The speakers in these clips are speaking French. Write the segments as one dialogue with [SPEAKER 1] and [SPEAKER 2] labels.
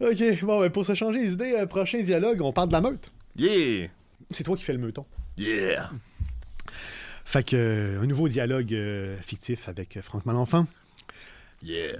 [SPEAKER 1] OK, bon, ben, pour se changer les idées, euh, prochain dialogue, on parle de la meute.
[SPEAKER 2] Yeah!
[SPEAKER 1] C'est toi qui fais le meuton.
[SPEAKER 2] Yeah!
[SPEAKER 1] Fait que, euh, un nouveau dialogue euh, fictif avec euh, Franck Malenfant.
[SPEAKER 2] Yeah!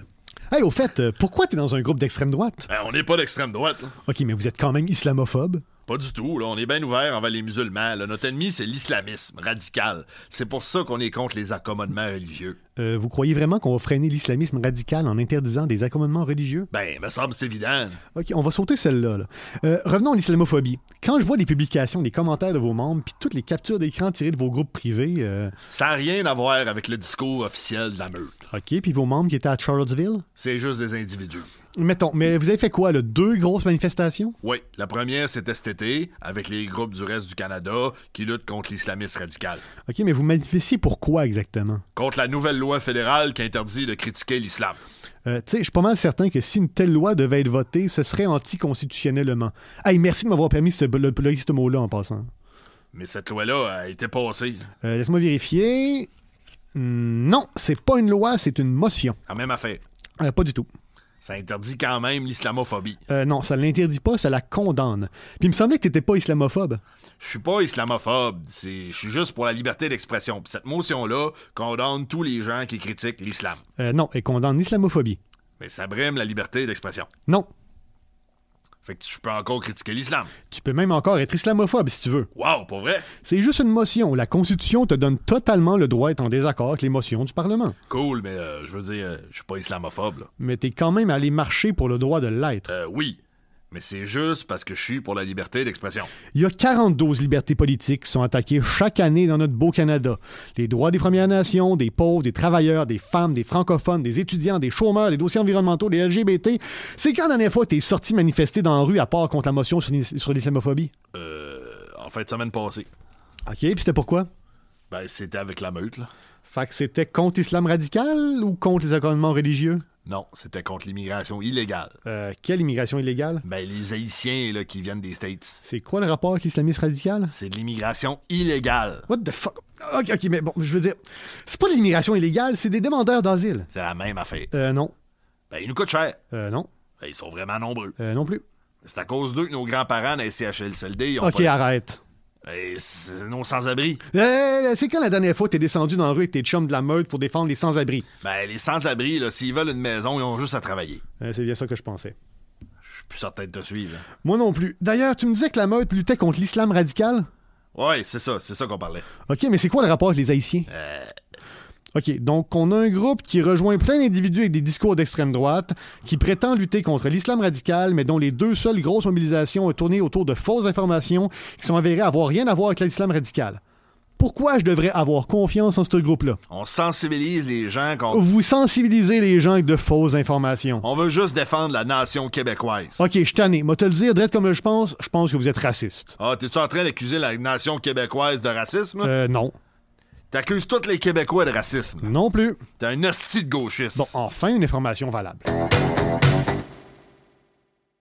[SPEAKER 1] Hey, au fait, euh, pourquoi t'es dans un groupe d'extrême droite?
[SPEAKER 2] Hein, on n'est pas d'extrême droite, là.
[SPEAKER 1] OK, mais vous êtes quand même islamophobe.
[SPEAKER 2] Pas du tout, là. On est bien ouvert envers les musulmans, là. Notre ennemi, c'est l'islamisme radical. C'est pour ça qu'on est contre les accommodements religieux.
[SPEAKER 1] Euh, vous croyez vraiment qu'on va freiner l'islamisme radical en interdisant des accommodements religieux?
[SPEAKER 2] Ben, me semble, c'est évident.
[SPEAKER 1] OK, on va sauter celle-là. là. Euh, revenons à l'islamophobie. Quand je vois les publications, les commentaires de vos membres, puis toutes les captures d'écran tirées de vos groupes privés, euh,
[SPEAKER 2] Ça n'a rien à voir avec le discours officiel de la meute.
[SPEAKER 1] OK, puis vos membres qui étaient à Charlottesville,
[SPEAKER 2] C'est juste des individus.
[SPEAKER 1] mettons, mais vous avez fait quoi, là? Deux grosses manifestations?
[SPEAKER 2] Oui, la première, c'était cet été, avec les groupes du reste du Canada qui luttent contre l'islamisme radical.
[SPEAKER 1] OK, mais vous manifestiez pour quoi exactement?
[SPEAKER 2] Contre la nouvelle loi fédérale qui interdit de critiquer l'islam.
[SPEAKER 1] Euh, tu sais, je suis pas mal certain que si une telle loi devait être votée, ce serait anticonstitutionnellement. Hey, merci de m'avoir permis ce, le, le- ce mot-là en passant.
[SPEAKER 2] Mais cette loi-là a été passée.
[SPEAKER 1] Euh, Laisse-moi vérifier. Hmm, Non, c'est pas une loi, c'est une motion.
[SPEAKER 2] La même affaire.
[SPEAKER 1] Euh, pas du tout.
[SPEAKER 2] Ça interdit quand même l'islamophobie.
[SPEAKER 1] Euh, non, ça l'interdit pas, ça la condamne. Puis il me semblait que t'étais pas islamophobe.
[SPEAKER 2] Je suis pas islamophobe, c'est je suis juste pour la liberté d'expression. Puis Cette motion-là condamne tous les gens qui critiquent l'islam.
[SPEAKER 1] Euh, non, elle condamne l'islamophobie.
[SPEAKER 2] Mais ça brime la liberté d'expression.
[SPEAKER 1] Non,
[SPEAKER 2] Fait que tu peux encore critiquer l'islam.
[SPEAKER 1] tu peux même encore être islamophobe si tu veux.
[SPEAKER 2] Wow, pour vrai?
[SPEAKER 1] C'est juste une motion. La Constitution te donne totalement le droit d'être en désaccord avec les motions du Parlement.
[SPEAKER 2] Cool, mais euh, je veux dire, euh, je suis pas islamophobe. là.
[SPEAKER 1] Mais t'es quand même allé marcher pour le droit de l'être.
[SPEAKER 2] Euh, oui, mais c'est juste parce que je suis pour la liberté d'expression.
[SPEAKER 1] Il y a 42 libertés politiques qui sont attaquées chaque année dans notre beau Canada. Les droits des Premières Nations, des pauvres, des travailleurs, des femmes, des francophones, des étudiants, des chômeurs, des dossiers environnementaux, des LGBT. C'est quand la dernière fois que t'es sorti manifester dans la rue à part contre la motion sur, sur l'islamophobie?
[SPEAKER 2] Euh, en fin de semaine passée,
[SPEAKER 1] OK, puis c'était pourquoi?
[SPEAKER 2] ben c'était avec la meute, là.
[SPEAKER 1] Fait que c'était contre l'islam radical ou contre les accommodements religieux?
[SPEAKER 2] Non, c'était contre l'immigration illégale.
[SPEAKER 1] Euh, quelle immigration illégale?
[SPEAKER 2] Ben les Haïtiens, là, qui viennent des States.
[SPEAKER 1] C'est quoi le rapport avec l'islamisme radical?
[SPEAKER 2] C'est de l'immigration illégale.
[SPEAKER 1] What the fuck? OK, OK, mais bon, je veux dire, c'est pas de l'immigration illégale, c'est des demandeurs d'asile.
[SPEAKER 2] C'est la même affaire.
[SPEAKER 1] Euh, non.
[SPEAKER 2] Ben ils nous coûtent cher.
[SPEAKER 1] Euh, non.
[SPEAKER 2] Ben, ils sont vraiment nombreux.
[SPEAKER 1] Euh, non plus.
[SPEAKER 2] C'est à cause d'eux que nos grands-parents dans les CHLCLD ils ont
[SPEAKER 1] Ok, arrête.
[SPEAKER 2] pas... Eh, c'est nos sans-abri.
[SPEAKER 1] Euh, c'est quand la dernière fois t'es descendu dans la rue avec tes chums de la meute pour défendre les sans-abri?
[SPEAKER 2] Ben, les sans-abri, là, s'ils veulent une maison, ils ont juste à travailler.
[SPEAKER 1] Euh, c'est bien ça que je pensais.
[SPEAKER 2] Je suis plus certain de te suivre. là.
[SPEAKER 1] Moi non plus. D'ailleurs, tu me disais que la meute luttait contre l'islam radical?
[SPEAKER 2] Ouais, c'est ça, c'est ça qu'on parlait.
[SPEAKER 1] Ok, mais c'est quoi le rapport avec les Haïtiens?
[SPEAKER 2] Euh,
[SPEAKER 1] Ok, donc on a un groupe qui rejoint plein d'individus avec des discours d'extrême droite, qui prétend lutter contre l'islam radical, mais dont les deux seules grosses mobilisations ont tourné autour de fausses informations qui sont avérées avoir rien à voir avec l'islam radical. Pourquoi je devrais avoir confiance en ce groupe-là?
[SPEAKER 2] on sensibilise les gens qu'on...
[SPEAKER 1] Vous sensibilisez les gens avec de fausses informations.
[SPEAKER 2] On veut juste défendre la nation québécoise.
[SPEAKER 1] Ok, je suis tanné. Moi, te le dire, direct comme je pense, je pense que vous êtes raciste.
[SPEAKER 2] Ah, t'es-tu en train d'accuser la nation québécoise de racisme? là?
[SPEAKER 1] Euh, non.
[SPEAKER 2] T'accuses tous les Québécois de racisme. là.
[SPEAKER 1] Non plus.
[SPEAKER 2] T'es un hostie de gauchiste.
[SPEAKER 1] Bon, enfin, une information valable.